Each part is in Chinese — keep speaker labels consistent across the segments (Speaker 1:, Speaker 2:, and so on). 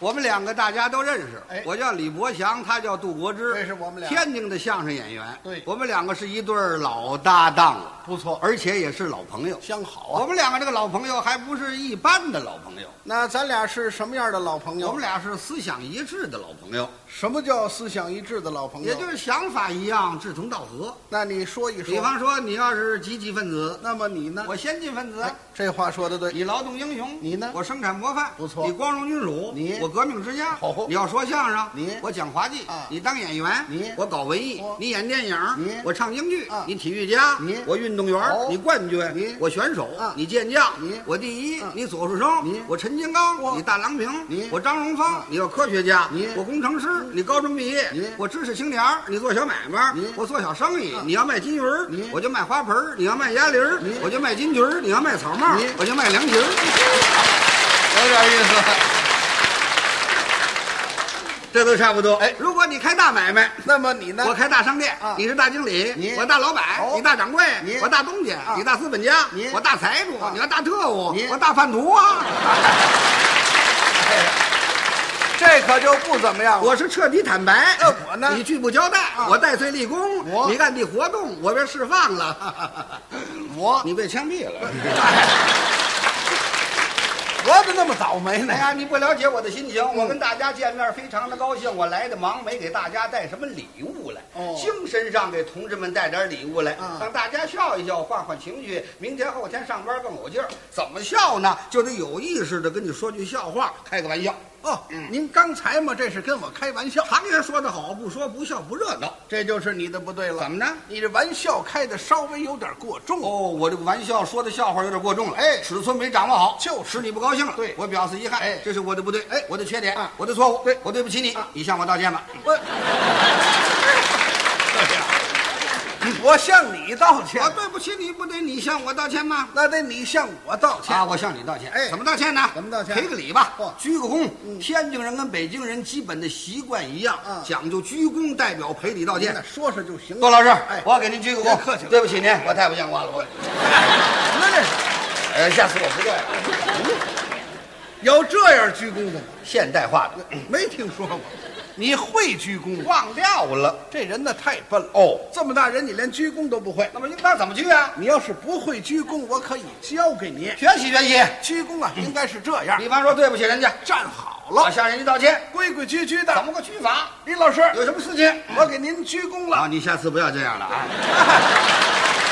Speaker 1: 我们两个大家都认识，
Speaker 2: 哎
Speaker 1: 我叫李伯祥，他叫杜国之，
Speaker 2: 这是我们俩
Speaker 1: 天津的相声演员。
Speaker 2: 对
Speaker 1: 我们两个是一对儿老搭档了，
Speaker 2: 不错，
Speaker 1: 而且也是老朋友。
Speaker 2: 相好
Speaker 1: 我
Speaker 2: 啊。
Speaker 1: 们两个这个老朋友还不是一般的老朋友，
Speaker 2: 那咱俩是什么样的老朋友？
Speaker 1: 我们俩是思想一致的老朋友，
Speaker 2: 什么叫思想一致的老朋友？
Speaker 1: 也就是想法一样，志同道合。
Speaker 2: 那你说一
Speaker 1: 比
Speaker 2: 说。
Speaker 1: 方说，你要是积极分子，
Speaker 2: 那么你呢？
Speaker 1: 我先进分子；
Speaker 2: 哎这话说的对，
Speaker 1: 你劳动英雄，
Speaker 2: 你呢
Speaker 1: 我生产模范，
Speaker 2: 不错
Speaker 1: 你光荣军属，
Speaker 2: 你
Speaker 1: 我革命之家
Speaker 2: 哦，
Speaker 1: 你要说相声，
Speaker 2: 你
Speaker 1: 我讲滑稽
Speaker 2: 啊
Speaker 1: 你当演员，
Speaker 2: 你
Speaker 1: 我搞文艺
Speaker 2: 哦，
Speaker 1: 你演电影，
Speaker 2: 你
Speaker 1: 我唱京剧
Speaker 2: 啊，
Speaker 1: 你体育家，
Speaker 2: 你
Speaker 1: 我运动员
Speaker 2: 哦，
Speaker 1: 你冠军
Speaker 2: 你，
Speaker 1: 我选手
Speaker 2: 啊，
Speaker 1: 你健将
Speaker 2: 你，
Speaker 1: 我第一
Speaker 2: 啊，
Speaker 1: 你左树生
Speaker 2: 你，
Speaker 1: 我陈金刚，
Speaker 2: 哇
Speaker 1: 你大郎平，
Speaker 2: 你啊
Speaker 1: 我张荣芳，你要科学家，
Speaker 2: 你嗯
Speaker 1: 我工程师，你高中毕业
Speaker 2: 你，
Speaker 1: 我知识青年，你做小买卖
Speaker 2: 你，
Speaker 1: 我做小生意
Speaker 2: 啊，
Speaker 1: 你要卖金鱼儿
Speaker 2: 你
Speaker 1: 我就卖花盆儿你要卖鸭梨儿
Speaker 2: 你
Speaker 1: 我就卖金桔儿你要卖草帽儿
Speaker 2: 你
Speaker 1: 我就卖凉席儿
Speaker 2: 有点意思。
Speaker 1: 这都差不多。
Speaker 2: 哎
Speaker 1: 如果你开大买卖，
Speaker 2: 那么你呢？
Speaker 1: 我开大商店
Speaker 2: 啊，
Speaker 1: 你是大经理
Speaker 2: 你，
Speaker 1: 我大老板
Speaker 2: 哦，
Speaker 1: 你大掌柜
Speaker 2: 你，啊
Speaker 1: 我大东家，你大资本家
Speaker 2: 你，
Speaker 1: 我大财主
Speaker 2: 啊，
Speaker 1: 你要大特务
Speaker 2: 你，
Speaker 1: 我大叛徒啊！
Speaker 2: 这可就不怎么样了。
Speaker 1: 我是彻底坦白
Speaker 2: 那，我呢
Speaker 1: 你拒不交代，
Speaker 2: 啊
Speaker 1: 我戴罪立功
Speaker 2: 我，
Speaker 1: 你暗地活动，我被释放了，
Speaker 2: 我
Speaker 1: 你被枪毙了。
Speaker 2: 我怎么那么倒霉呢
Speaker 1: 哎？呀，你不了解我的心情，我
Speaker 2: 嗯
Speaker 1: 跟大家见面非常的高兴。我来的忙，没给大家带什么礼物来，
Speaker 2: 哦
Speaker 1: 精神上给同志们带点礼物来，
Speaker 2: 啊
Speaker 1: 让大家笑一笑，换换情绪。明天后天上班更有劲儿。怎么笑呢？就得有意识的跟你说句笑话，开个玩笑。
Speaker 2: 哦，
Speaker 1: 嗯
Speaker 2: 您刚才嘛，这是跟我开玩笑，
Speaker 1: 常言说得好，不说不笑不热闹。
Speaker 2: 这就是你的不对了。
Speaker 1: 怎么呢？
Speaker 2: 你这玩笑开的稍微有点过重。
Speaker 1: 哦，我这个玩笑说的笑话有点过重了，
Speaker 2: 哎
Speaker 1: 尺寸没掌握好，
Speaker 2: 就是
Speaker 1: 使你不高兴了。
Speaker 2: 对
Speaker 1: 我表示遗憾，
Speaker 2: 哎
Speaker 1: 这是我的不对，哎，我的缺点，
Speaker 2: 啊
Speaker 1: 我的错误，
Speaker 2: 对
Speaker 1: 我对不起你，
Speaker 2: 啊
Speaker 1: 你向我道歉吧。
Speaker 2: 我，我向你道歉
Speaker 1: 我，对不起你，不得你向我道歉吗？
Speaker 2: 那得你向我道歉。
Speaker 1: 啊，我向你道歉。
Speaker 2: 哎
Speaker 1: 怎么道歉哦嗯呢？
Speaker 2: 怎么道歉
Speaker 1: 赔个礼吧
Speaker 2: 嚯，
Speaker 1: 鞠个躬。天津人跟北京人基本的习惯一样
Speaker 2: 嗯，
Speaker 1: 讲究鞠躬代表赔礼道
Speaker 2: 您
Speaker 1: 歉
Speaker 2: 呢。说说就行。
Speaker 1: 窦老师
Speaker 2: 哎，
Speaker 1: 我给您鞠个躬
Speaker 2: 别，客气了
Speaker 1: 对不起您，我太不像话了，我，
Speaker 2: 什么这是？
Speaker 1: 呃，下次我不这样了，
Speaker 2: 有这样鞠躬的吗？
Speaker 1: 现代化的，
Speaker 2: 没听说过。 你会鞠躬吗？
Speaker 1: 忘掉了。
Speaker 2: 这人呢太笨了。
Speaker 1: 哦，
Speaker 2: 这么大人你连鞠躬都不会。
Speaker 1: 那么应当怎么鞠啊？
Speaker 2: 你要是不会鞠躬，我可以教给你。
Speaker 1: 学习学习。
Speaker 2: 鞠躬啊，应该是这样，
Speaker 1: 比方说对不起人家，
Speaker 2: 站好
Speaker 1: 我
Speaker 2: 了，
Speaker 1: 向人家道歉，
Speaker 2: 规规矩矩
Speaker 1: 怎
Speaker 2: 的。
Speaker 1: 么个鞠法？
Speaker 2: 李老师，
Speaker 1: 有什么事情？
Speaker 2: 我给您鞠躬了。
Speaker 1: 啊，你下次不要这样了啊！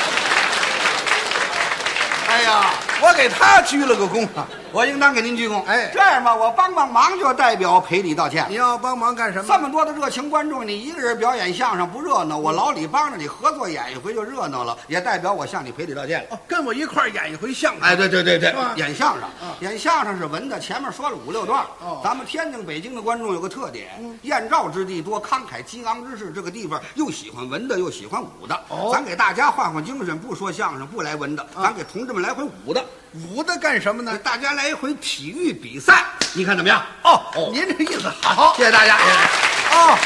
Speaker 1: 哎呀。
Speaker 2: 我给他鞠了个躬。
Speaker 1: 啊我应当给您鞠躬。
Speaker 2: 哎
Speaker 1: 这样吧，我帮帮忙就代表赔礼道歉。
Speaker 2: 你要帮忙干什么？
Speaker 1: 这么多的热情观众，你一个人表演相声不热闹，我老李帮着你合作演一回就热闹了，也代表我向你赔礼道歉了。
Speaker 2: 哦，跟我一块儿演一回相声。
Speaker 1: 哎，对对对对
Speaker 2: 是吧，
Speaker 1: 演相声
Speaker 2: 嗯，
Speaker 1: 演相声是文的，前面说了五六段儿
Speaker 2: 哦。嗯
Speaker 1: 咱们天津、北京的观众有个特点，燕赵之地多，慷慨激昂之士，这个地方又喜欢文的，又喜欢武的
Speaker 2: 哦。啊
Speaker 1: 咱给大家换换精神，不说相声，不来文的，咱给同志们来回武的，
Speaker 2: 舞的干什么呢？
Speaker 1: 大家来一回体育比赛，你看怎么样？
Speaker 2: 哦
Speaker 1: 哦
Speaker 2: 您这意思好
Speaker 1: 谢谢大家，
Speaker 2: 哦，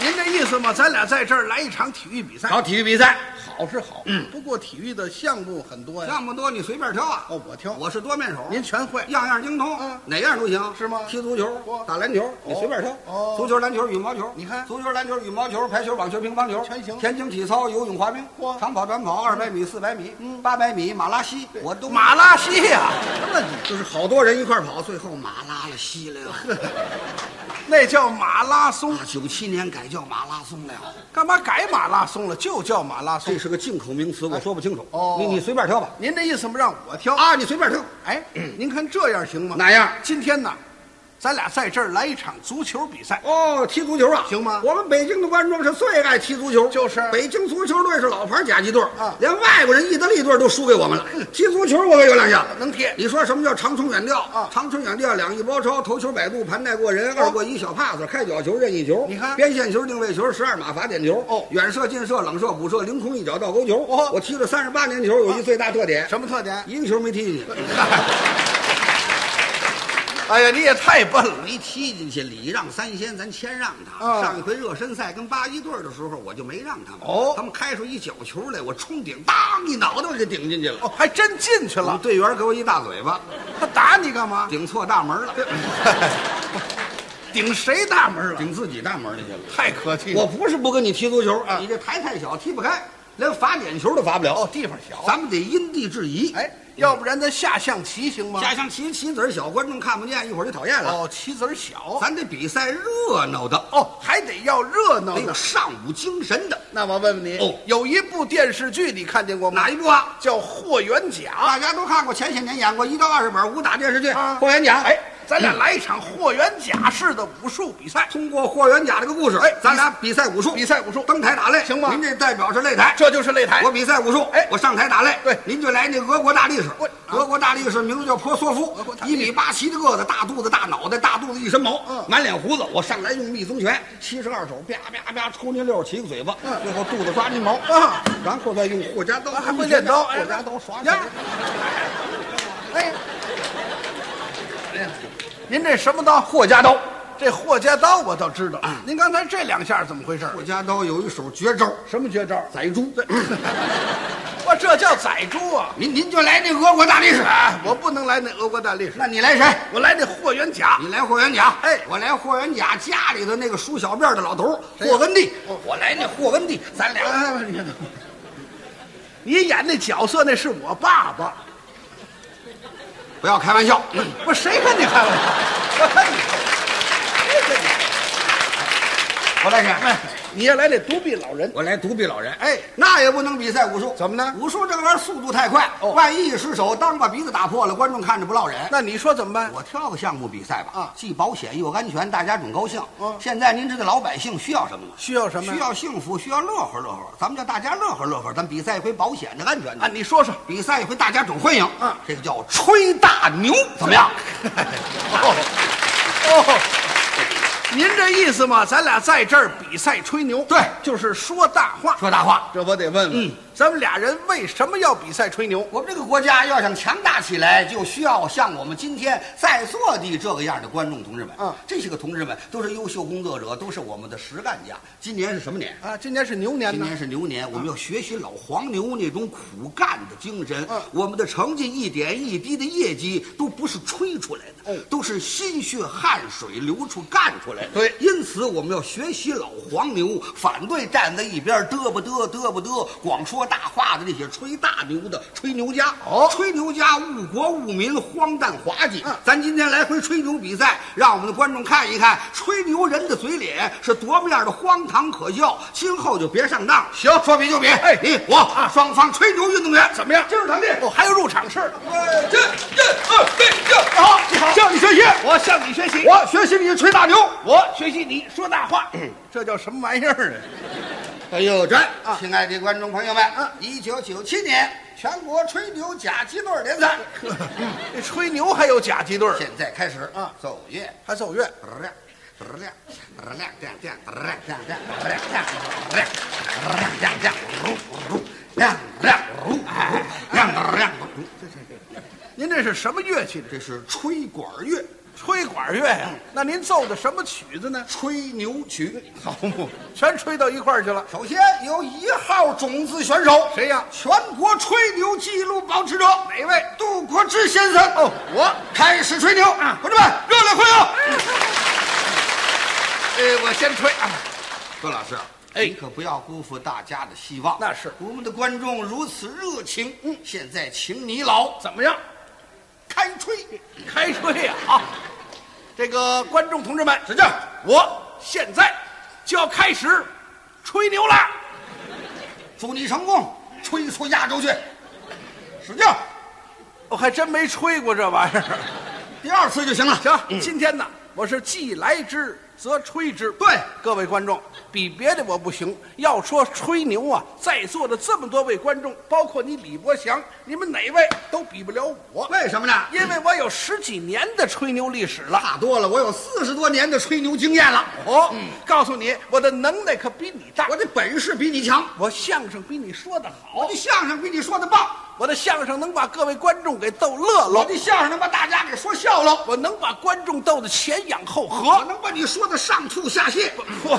Speaker 2: 您这意思嘛，咱俩在这儿来一场体育比赛，
Speaker 1: 搞体育比赛，
Speaker 2: 好是好，嗯，不过体育的项目很多呀。
Speaker 1: 项目多你随便挑啊。
Speaker 2: 哎哦，我挑，
Speaker 1: 我是多面手，
Speaker 2: 您全会。
Speaker 1: 样样精通，
Speaker 2: 嗯
Speaker 1: 哪样都行，
Speaker 2: 是吗
Speaker 1: 踢足球
Speaker 2: 我、
Speaker 1: 打篮球，你随便挑。
Speaker 2: 哦
Speaker 1: 足球、篮球、羽毛球，
Speaker 2: 你看
Speaker 1: 足球、篮球、羽毛球、排球、网球、乒乓球
Speaker 2: 全行
Speaker 1: 田径、体操、游泳、滑冰
Speaker 2: 嚯，
Speaker 1: 长跑、短跑，二百米、四百米，八百米、马拉西，我都
Speaker 2: 嗯马拉西呀，什么你？
Speaker 1: 就是好多人一块跑，最后马拉了稀 了又。
Speaker 2: 那叫马拉松，
Speaker 1: 啊，九七年改叫马拉松了。啊
Speaker 2: 干嘛改马拉松了？就叫马拉松
Speaker 1: 这。是个进口名词，我说不清楚。
Speaker 2: 哦
Speaker 1: 你你随便挑吧。
Speaker 2: 您这意思嘛，让我挑。
Speaker 1: 啊，你随便挑，
Speaker 2: 哎，您看这样行吗？
Speaker 1: 哪样？
Speaker 2: 今天呢，咱俩在这儿来一场足球比赛。
Speaker 1: 哦，踢足球啊，
Speaker 2: 行吗
Speaker 1: 我们北京的观众是最爱踢足球，
Speaker 2: 就是
Speaker 1: 北京足球队是老牌甲级队儿
Speaker 2: 啊嗯
Speaker 1: 连外国人、意大利队都输给我们了。踢足球我可有两下子。
Speaker 2: 能踢
Speaker 1: 你说什么叫长冲远吊
Speaker 2: 啊
Speaker 1: 长冲远吊，两翼包抄，头球摆渡，盘带过人，二过一小 pass，开脚球、任意球，
Speaker 2: 你看
Speaker 1: 边线球、定位球、十二码罚点球，
Speaker 2: 哦
Speaker 1: 远射、近射、冷射、补射、凌空一脚倒钩球。
Speaker 2: 哦
Speaker 1: 我踢了三十八年球，有一最大特点，
Speaker 2: 什么特点？
Speaker 1: 一个球没踢进去。
Speaker 2: 哎呀，你也太笨了。
Speaker 1: 没踢进去，礼让三先，咱谦让他。
Speaker 2: 啊
Speaker 1: 上一回热身赛跟八一队儿的时候，我就没让他们。
Speaker 2: 哦
Speaker 1: 他们开出一角球来，我冲顶，当一脑袋我就顶进去了。
Speaker 2: 哦，还真进去
Speaker 1: 我们
Speaker 2: 了。
Speaker 1: 队员给我一大嘴巴，
Speaker 2: 他打你干嘛？
Speaker 1: 顶错大门了。
Speaker 2: 顶谁大门了？
Speaker 1: 顶自己大门里去了。
Speaker 2: 太可气
Speaker 1: 我
Speaker 2: 了！
Speaker 1: 不是不跟你踢足球
Speaker 2: 啊
Speaker 1: 你这台太小，踢不开，连罚点球都罚不
Speaker 2: 哦
Speaker 1: 了。，
Speaker 2: 地方小。
Speaker 1: 咱们得因地制宜。
Speaker 2: 哎，要不然咱下象棋行吗？
Speaker 1: 下象棋棋子儿小，观众看不见，一会儿就讨厌了。
Speaker 2: 哦，棋子儿小。
Speaker 1: 咱得比赛热闹的，
Speaker 2: 哦，还得要热闹
Speaker 1: 得有
Speaker 2: 呢。
Speaker 1: 上午精神的。
Speaker 2: 那我问问你，
Speaker 1: 哦
Speaker 2: 有一部电视剧你看见过吗？
Speaker 1: 哪一部啊？
Speaker 2: 叫《霍元甲
Speaker 1: 大家都看过，前些年演过一到二十本武打电视剧
Speaker 2: 啊
Speaker 1: 《霍元甲》。》。嗯
Speaker 2: 哎，咱俩来一场霍元甲式的武术比赛，
Speaker 1: 通过霍元甲这个故事，
Speaker 2: 哎
Speaker 1: 咱俩比赛武术，
Speaker 2: 比赛武术
Speaker 1: 登台打擂，
Speaker 2: 行吗
Speaker 1: 您这代表是擂台，
Speaker 2: 这就是擂台
Speaker 1: 我。比赛武术，
Speaker 2: 哎
Speaker 1: 我上台打擂，
Speaker 2: 对
Speaker 1: 您就来那俄国大力士
Speaker 2: 我，
Speaker 1: 俄国大力士名字叫婆娑夫
Speaker 2: 俄国，大力
Speaker 1: 一
Speaker 2: 士
Speaker 1: 米八七的个子，大肚子大脑袋，大肚子一身毛，
Speaker 2: 嗯
Speaker 1: 满脸胡子，我上来用密宗拳，七十二手，啪啪啪抽您溜，起个嘴巴，
Speaker 2: 嗯
Speaker 1: 最后肚子抓金毛
Speaker 2: 啊，
Speaker 1: 然后再用霍家刀，
Speaker 2: 还会练刀哎
Speaker 1: 霍家刀耍起
Speaker 2: 呀
Speaker 1: 来。
Speaker 2: 哎，您这什么刀？霍家刀。嗯这霍家刀我倒知道。您刚才这两下怎么回事？
Speaker 1: 霍家刀有一手绝招，
Speaker 2: 什么绝招？
Speaker 1: 宰 猪。
Speaker 2: 我这叫宰猪啊！
Speaker 1: 您您就来那俄国大力士，
Speaker 2: 哎，我不能来那俄国大力士，
Speaker 1: 那你来谁？
Speaker 2: 我来那霍元甲。
Speaker 1: 你来霍元甲，
Speaker 2: 哎
Speaker 1: 我来霍元甲家里的那个梳小辫儿的老头儿霍根地，我来那霍根地，咱俩
Speaker 2: 哎，你看，你演那角色那是我爸爸，
Speaker 1: 不要开玩笑。嗯
Speaker 2: 我谁跟你开玩笑？我看你，
Speaker 1: 我来谁？
Speaker 2: 哎， 你要来那独臂老人，
Speaker 1: 我来独臂老人。
Speaker 2: 哎，
Speaker 1: 那也不能比赛武术，
Speaker 2: 怎么呢
Speaker 1: 武术这个玩意儿速度太快，
Speaker 2: 哦
Speaker 1: 万一一失手，当把鼻子打破了，观众看着不落忍。
Speaker 2: 那你说怎么办？
Speaker 1: 我挑个项目比赛吧，
Speaker 2: 啊
Speaker 1: 既保险又安全，大家准高兴。
Speaker 2: 嗯
Speaker 1: 现在您知道老百姓需要什么吗？
Speaker 2: 需要什么呀
Speaker 1: 需要幸福，需要乐呵乐呵。咱们叫大家乐呵乐呵，咱比赛一回保险的、安全的。
Speaker 2: 啊，你说说，
Speaker 1: 比赛一回大家准欢迎。
Speaker 2: 嗯
Speaker 1: 这个叫吹大牛，怎么样？
Speaker 2: 哦，哦，您这意思嘛？咱俩在这儿比赛吹牛，
Speaker 1: 对
Speaker 2: 就是 说大话。
Speaker 1: 说大话。
Speaker 2: 这我得问问，咱们俩人为什么要比赛吹牛？
Speaker 1: 我们这个国家要想强大起来，就需要像我们今天在座的这个样的观众同志们。
Speaker 2: 嗯
Speaker 1: 这些个同志们都是优秀工作者，都是我们的实干家。今年是什么年？
Speaker 2: 啊，今年是牛年
Speaker 1: 今
Speaker 2: 呢。
Speaker 1: 年是牛年，我们要学习老黄牛那种苦干的精神。
Speaker 2: 嗯
Speaker 1: 我们的成绩一点一滴的业绩都不是吹出来的，
Speaker 2: 哦
Speaker 1: 都是心血汗水流出干出来的。
Speaker 2: 对
Speaker 1: 因此我们要学习老黄牛，反对站在一边儿嘚吧嘚嘚吧嘚，光说大话的那些吹大牛的吹牛家。
Speaker 2: 哦
Speaker 1: 吹牛家误国误民，荒诞滑稽。
Speaker 2: 嗯
Speaker 1: 咱今天来回吹牛比赛，让我们的观众看一看，吹牛人的嘴脸是多么样的荒唐可笑。今后就别上当了。
Speaker 2: 行
Speaker 1: 说比就比。
Speaker 2: 哎
Speaker 1: 你我、双方吹牛运动员
Speaker 2: 怎么样？
Speaker 1: 今儿堂弟。
Speaker 2: 哦，还有入场式呢。
Speaker 1: 这这二对这
Speaker 2: 好，
Speaker 1: 向你学习，
Speaker 2: 我向你学习，
Speaker 1: 我学习你吹大牛。
Speaker 2: 我学习你说大话，嗯这叫什么玩意儿啊？
Speaker 1: 哎呦，这
Speaker 2: 啊
Speaker 1: 亲爱的观众朋友们，一九九七年全国吹牛甲级队联赛
Speaker 2: 这嗯吹牛还有甲级队儿，
Speaker 1: 现在开始
Speaker 2: 啊
Speaker 1: 奏乐。
Speaker 2: 还奏乐。您这是什么乐器？这
Speaker 1: 这是吹管乐，
Speaker 2: 吹管乐呀、那您奏的什么曲子呢？
Speaker 1: 吹牛曲。
Speaker 2: 好嘛，全吹到一块儿去了。
Speaker 1: 首先由一号种子选手，
Speaker 2: 谁呀
Speaker 1: 全国吹牛纪录保持者，
Speaker 2: 哪位？
Speaker 1: 杜国志先生。
Speaker 2: 哦，我
Speaker 1: 开始吹牛，
Speaker 2: 啊
Speaker 1: 同志们热烈欢迎！
Speaker 2: 呃，我先吹啊。
Speaker 1: 段老师，
Speaker 2: 哎
Speaker 1: 你可不要辜负大家的希望。
Speaker 2: 那是
Speaker 1: 我们的观众如此热情，嗯，现在请你老
Speaker 2: 怎么样？
Speaker 1: 开吹。
Speaker 2: 开吹呀、啊！这个观众同志们，
Speaker 1: 使劲儿，
Speaker 2: 我现在就要开始吹牛了。
Speaker 1: 祝你成功，吹出亚洲去！使劲儿，
Speaker 2: 我还真没吹过这玩意儿。
Speaker 1: 第二次就行了。
Speaker 2: 行，今天呢，我是既来之则吹之。
Speaker 1: 对，
Speaker 2: 各位观众，比别的我不行。要说吹牛啊，在座的这么多位观众，包括你李伯祥，你们哪位都比不了我，
Speaker 1: 为什么呢？
Speaker 2: 因为我有十几年的吹牛历史了。
Speaker 1: 差多了，我有四十多年的吹牛经验了，
Speaker 2: 哦，告诉你，我的能耐可比你大
Speaker 1: 我，的本事比你强，
Speaker 2: 我相声比你说的
Speaker 1: 我
Speaker 2: 好，
Speaker 1: 的相声比你说的棒。
Speaker 2: 我的相声能把各位观众给逗乐
Speaker 1: 我
Speaker 2: 了，
Speaker 1: 的相声能把大家给说笑了，
Speaker 2: 我能把观众逗得前仰后
Speaker 1: 我
Speaker 2: 合。
Speaker 1: 能把你说的上吐下泻，
Speaker 2: 嚯，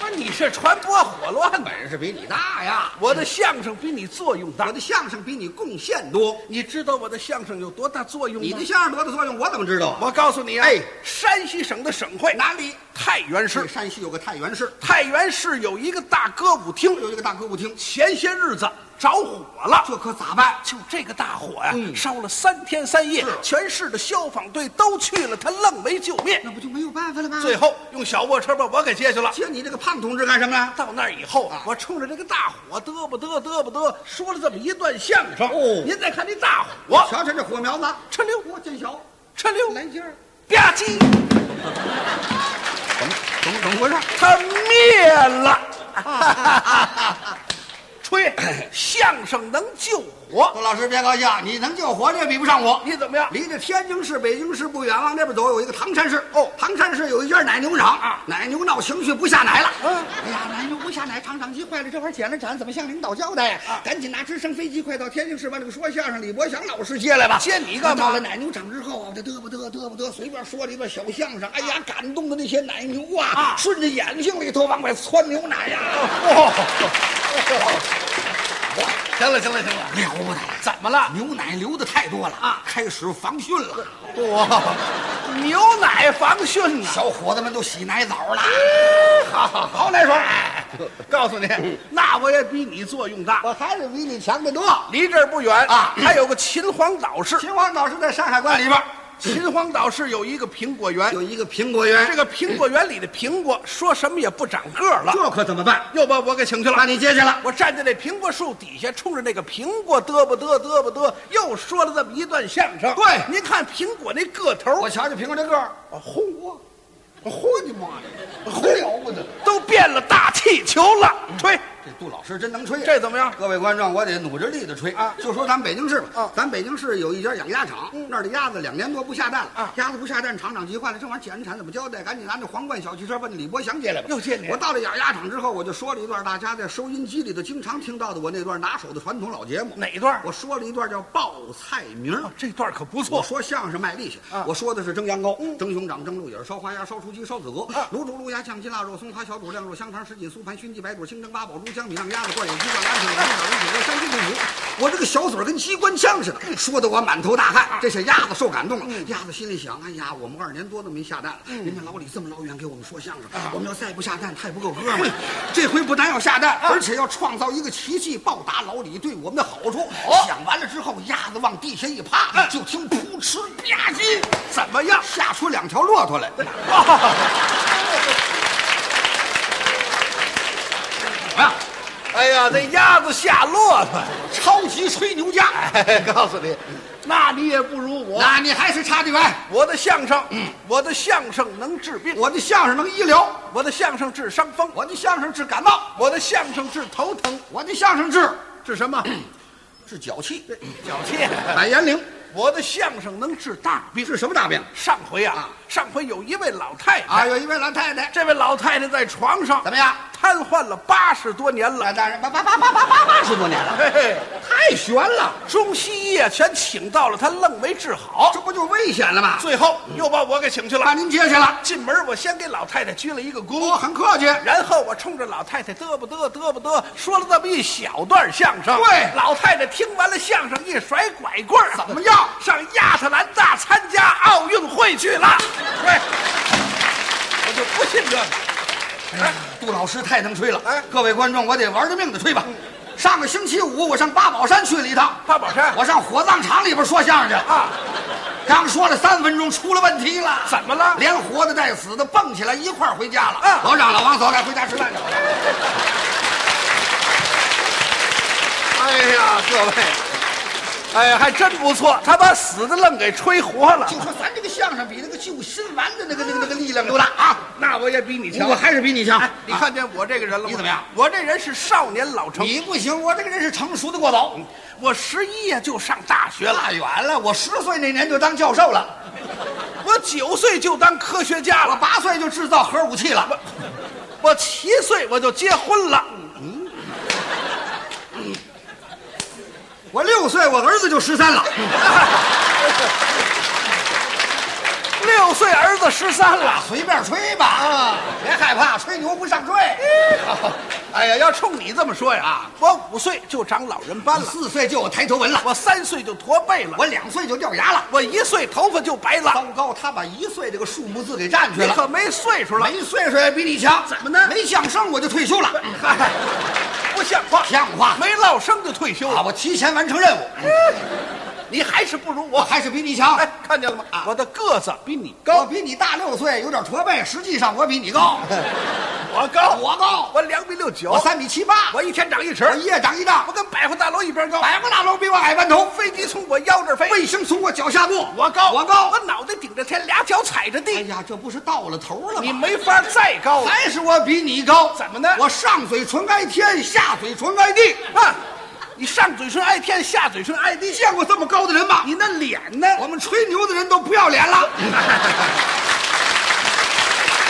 Speaker 1: 把你
Speaker 2: 你是传播火乱的，
Speaker 1: 本事比你大呀！
Speaker 2: 我的相声比你作用
Speaker 1: 我
Speaker 2: 大。
Speaker 1: 的相声比你贡献多，
Speaker 2: 你知道我的相声有多大作用吗？
Speaker 1: 你的相声多大作用，我怎么知道啊？
Speaker 2: 我告诉你啊，
Speaker 1: 哎
Speaker 2: 山西省的省会
Speaker 1: 哪里？
Speaker 2: 太原市，
Speaker 1: 山西有个太原市，
Speaker 2: 太原市有一个大歌舞厅，
Speaker 1: 有一个大歌舞厅，
Speaker 2: 前些日子着火了。
Speaker 1: 这可咋办？
Speaker 2: 就这个大火呀、
Speaker 1: 嗯
Speaker 2: 烧了三天三夜
Speaker 1: 是，
Speaker 2: 全市的消防队都去了，他愣没救灭。
Speaker 1: 那不就没有办法了吗？
Speaker 2: 最后用小货车把我给接去了。
Speaker 1: 接你这个胖同志干什么呢？
Speaker 2: 到那儿以后，啊我冲着这个大火嘚吧嘚嘚吧嘚，说了这么一段相声。
Speaker 1: 哦
Speaker 2: 您再看这大火，
Speaker 1: 瞧瞧这火苗子，
Speaker 2: 哧溜
Speaker 1: 我见小，
Speaker 2: 哧溜，
Speaker 1: 来劲儿，
Speaker 2: 吧唧，
Speaker 1: 怎么怎么怎 么回事？
Speaker 2: 它灭啊了。吹，相声能救火，
Speaker 1: 杜老师别高兴，你能救活这比不上我。
Speaker 2: 你怎么样？
Speaker 1: 离这天津市、北京市不远，往这边走有一个唐山市。哦，唐山市有一家奶牛场，
Speaker 2: 啊
Speaker 1: 奶牛闹情绪不下奶了。
Speaker 2: 嗯
Speaker 1: 哎呀，奶牛不下奶，厂长急坏了，这玩意儿捡了斩，怎么向领导交代呀、
Speaker 2: 啊
Speaker 1: 赶紧拿直升飞机，快到天津市把这个说相声李伯祥老师接来吧。啊
Speaker 2: 接啊你干嘛
Speaker 1: 到了奶牛场之后啊，我这嘚吧嘚嘚吧嘚，随便说了一段小相声。哎呀，感动的那些奶牛啊，
Speaker 2: 啊
Speaker 1: 顺着眼睛里头往外窜牛奶呀、
Speaker 2: 哦哦行了，行了，行了，
Speaker 1: 了不得了，
Speaker 2: 怎么了？
Speaker 1: 牛奶流的太多了
Speaker 2: 啊
Speaker 1: 开始防汛了。
Speaker 2: 哇，牛奶防汛呢。
Speaker 1: 小伙子们都洗奶澡了，
Speaker 2: 哎好好好，奶爽！告诉你，哦那我也比你作用大。
Speaker 1: 我还是比你强得多。
Speaker 2: 离这儿不远
Speaker 1: 啊
Speaker 2: 还有个秦皇岛市。
Speaker 1: 秦皇岛是在山海关里边，
Speaker 2: 秦皇岛市有一个苹果园
Speaker 1: 有，一个苹果园，
Speaker 2: 这个苹果园里的苹果说什么也不长个儿了，
Speaker 1: 这可怎么办？
Speaker 2: 又把我给请去
Speaker 1: 把
Speaker 2: 了。
Speaker 1: 你接去了。
Speaker 2: 我站在那苹果树底下，冲着那个苹果嘚吧嘚嘚吧嘚，又说了这么一段相声。
Speaker 1: 对
Speaker 2: 您看苹果那个头
Speaker 1: 我，瞧瞧苹果这个儿，
Speaker 2: 我轰我
Speaker 1: 我呼哦你妈呀，我胡了不得！
Speaker 2: 都变了大气球了，吹，
Speaker 1: 这杜老师真能吹啊，
Speaker 2: 这怎么样？
Speaker 1: 各位观众，我得努着力的吹
Speaker 2: 啊
Speaker 1: 就说咱们北京市吧，
Speaker 2: 啊
Speaker 1: 咱北京市有一家养鸭场，那儿的鸭子两年多不下蛋了，
Speaker 2: 啊
Speaker 1: 鸭子不下蛋，厂长急坏了，这玩意儿捡人产怎么交代？赶紧拿那皇冠小汽车把那李伯祥接来吧。
Speaker 2: 又见你
Speaker 1: 我到了养鸭场之后，我就说了一段大家在收音机里头经常听到的我那段拿手的传统老节目。
Speaker 2: 哪一段？
Speaker 1: 我说了一段叫报菜名儿。
Speaker 2: 哦这段可不
Speaker 1: 我
Speaker 2: 错，
Speaker 1: 说相声卖力气，我说的是蒸羊羔、蒸熊掌、蒸鹿眼、烧花鸭、烧雏鸡、烧子鹅、卤煮卤鸭、酱鸡、腊肉、松花小肚、晾肉香肠、什锦酥盘、熏鸡白肚、清蒸八宝猪、江米酿鸭子、灌有鸡冠、鸭腿、羊小鱼、九哥、山鸡肚肚。我这个小嘴儿跟机关枪似的，说的我满头大汗。这些鸭子受感动了，鸭子心里想：哎呀，我们二年多都没下蛋了，
Speaker 2: 嗯
Speaker 1: 人家老李这么老远给我们说相声，
Speaker 2: 啊
Speaker 1: 我们要再不下蛋，太不够哥们儿了。 这回不但要下
Speaker 2: 啊
Speaker 1: 蛋，而且要创造一个奇迹，报答老李对我们的好处。
Speaker 2: 哦
Speaker 1: 想完了之后，鸭子往地下一趴，就听扑哧吧唧，
Speaker 2: 啊怎么样？
Speaker 1: 吓出两条骆驼来。
Speaker 2: 哎呀，这鸭子下骆驼呀，
Speaker 1: 超级吹牛家，
Speaker 2: 哎， 告诉你，那你也不如我。
Speaker 1: 那你还是差得远。
Speaker 2: 我的相声，我的相声能治病，
Speaker 1: 我的相声能医疗，
Speaker 2: 我的相声治伤风，
Speaker 1: 我的相声治感冒，
Speaker 2: 我的相声治头疼，
Speaker 1: 我的相声治
Speaker 2: 治 什么？嗯
Speaker 1: 治脚气，
Speaker 2: 脚 气。
Speaker 1: 百言灵
Speaker 2: 我的相声能治大病。
Speaker 1: 治什么大病？
Speaker 2: 上回啊，上回有哎一位老太太，
Speaker 1: 啊，有一位老太太，
Speaker 2: 这位老太太在床上
Speaker 1: 怎么样？
Speaker 2: 瘫痪了八十多年了，
Speaker 1: 老大人八八八八八八八十多年了，
Speaker 2: 嘿嘿，
Speaker 1: 太悬了，
Speaker 2: 中西医啊全请到了，她愣没治好，
Speaker 1: 这不就危险了吗？
Speaker 2: 最后又把我给请去了
Speaker 1: 把。您接去了，
Speaker 2: 进门我先给老太太鞠了一个躬，
Speaker 1: 我很客气。
Speaker 2: 然后我冲着老太太嘚吧嘚嘚吧嘚说了这么一小段相声。
Speaker 1: 对
Speaker 2: 老太太听完了相声，一甩拐棍儿，
Speaker 1: 怎么样
Speaker 2: 上亚特兰大参加奥运会去了？对，我就不信这个。哎，
Speaker 1: 杜老师太能吹了，
Speaker 2: 哎
Speaker 1: 各位观众，我得玩着命的吹吧。上个星期五，我上八宝山去了一趟，
Speaker 2: 八宝山
Speaker 1: 我上火葬场里边说相声去了，
Speaker 2: 啊，
Speaker 1: 刚说了三分钟，出了问题了。
Speaker 2: 怎么了？
Speaker 1: 连活的带死的蹦起来一块儿回家了。
Speaker 2: 嗯
Speaker 1: 老张、老王走，该回家吃饭去了。
Speaker 2: 哎呀，各位，哎呀，还真不错，他把死的愣给吹活了
Speaker 1: 就。说咱这个相声比那个救心丸的那个那个那个力量都大啊！
Speaker 2: 那我也比你强
Speaker 1: 我。还是比你强
Speaker 2: 哎。你看见我这个人了吗？
Speaker 1: 你怎么样？
Speaker 2: 我这人是少年老成，
Speaker 1: 你不行，我这个人是成熟的过
Speaker 2: 嗯
Speaker 1: 早，
Speaker 2: 我十一呀就上大学了，
Speaker 1: 大远了。我十岁那年就当教授了，
Speaker 2: 我九岁就当科学家
Speaker 1: 我
Speaker 2: 了，
Speaker 1: 八岁就制造核武器了。
Speaker 2: 我七岁我就结婚了，
Speaker 1: 我六岁，我儿子就十三了。
Speaker 2: 六岁，儿子十 三了。
Speaker 1: 随便吹吧啊，别害怕，吹牛不上税。
Speaker 2: 哎呀，要冲你这么说呀，我五岁就长老人斑了，
Speaker 1: 四岁就有抬头纹了，
Speaker 2: 我三岁就驼背了，我
Speaker 1: 我两岁就掉牙了。
Speaker 2: 我一岁头发就白了，
Speaker 1: 糟糕，他把一岁这个数目字给占 去
Speaker 2: 你
Speaker 1: 了。
Speaker 2: 可没岁数了，
Speaker 1: 没岁数也比你强，
Speaker 2: 怎么呢
Speaker 1: 没相声我就退休了。
Speaker 2: 嗨，不像话，
Speaker 1: 像话
Speaker 2: 没落生就退休
Speaker 1: 啊，
Speaker 2: 了，
Speaker 1: 我提前完成任务，
Speaker 2: 你还是不如
Speaker 1: 我
Speaker 2: 我。
Speaker 1: 还是比你强。
Speaker 2: 哎，看见了吗？我的个子比你
Speaker 1: 我
Speaker 2: 高，
Speaker 1: 比你大六岁，有点驼背，实际上我比你高，
Speaker 2: 哎我高，
Speaker 1: 我高，
Speaker 2: 我两米六九
Speaker 1: 我，三米七八，
Speaker 2: 哎我一天长一尺
Speaker 1: 我，一夜长一丈
Speaker 2: 我，跟百货大楼一边高，
Speaker 1: 百货大楼比我矮半头，
Speaker 2: 飞机从我腰这儿飞，
Speaker 1: 卫星从我脚下过，
Speaker 2: 我高，
Speaker 1: 我高
Speaker 2: 我。脑袋顶着天，俩脚踩着
Speaker 1: 哎
Speaker 2: 地，
Speaker 1: 呀，这不是到了头了
Speaker 2: 你
Speaker 1: 吗？
Speaker 2: 没法再高了。
Speaker 1: 还是我比你高，
Speaker 2: 怎么呢
Speaker 1: 我上嘴唇挨天，下嘴唇挨地，
Speaker 2: 啊，你上嘴唇挨天，下嘴唇挨地，
Speaker 1: 见过这么高的人吗？
Speaker 2: 你那脸呢？
Speaker 1: 我们吹牛的人都不要脸了。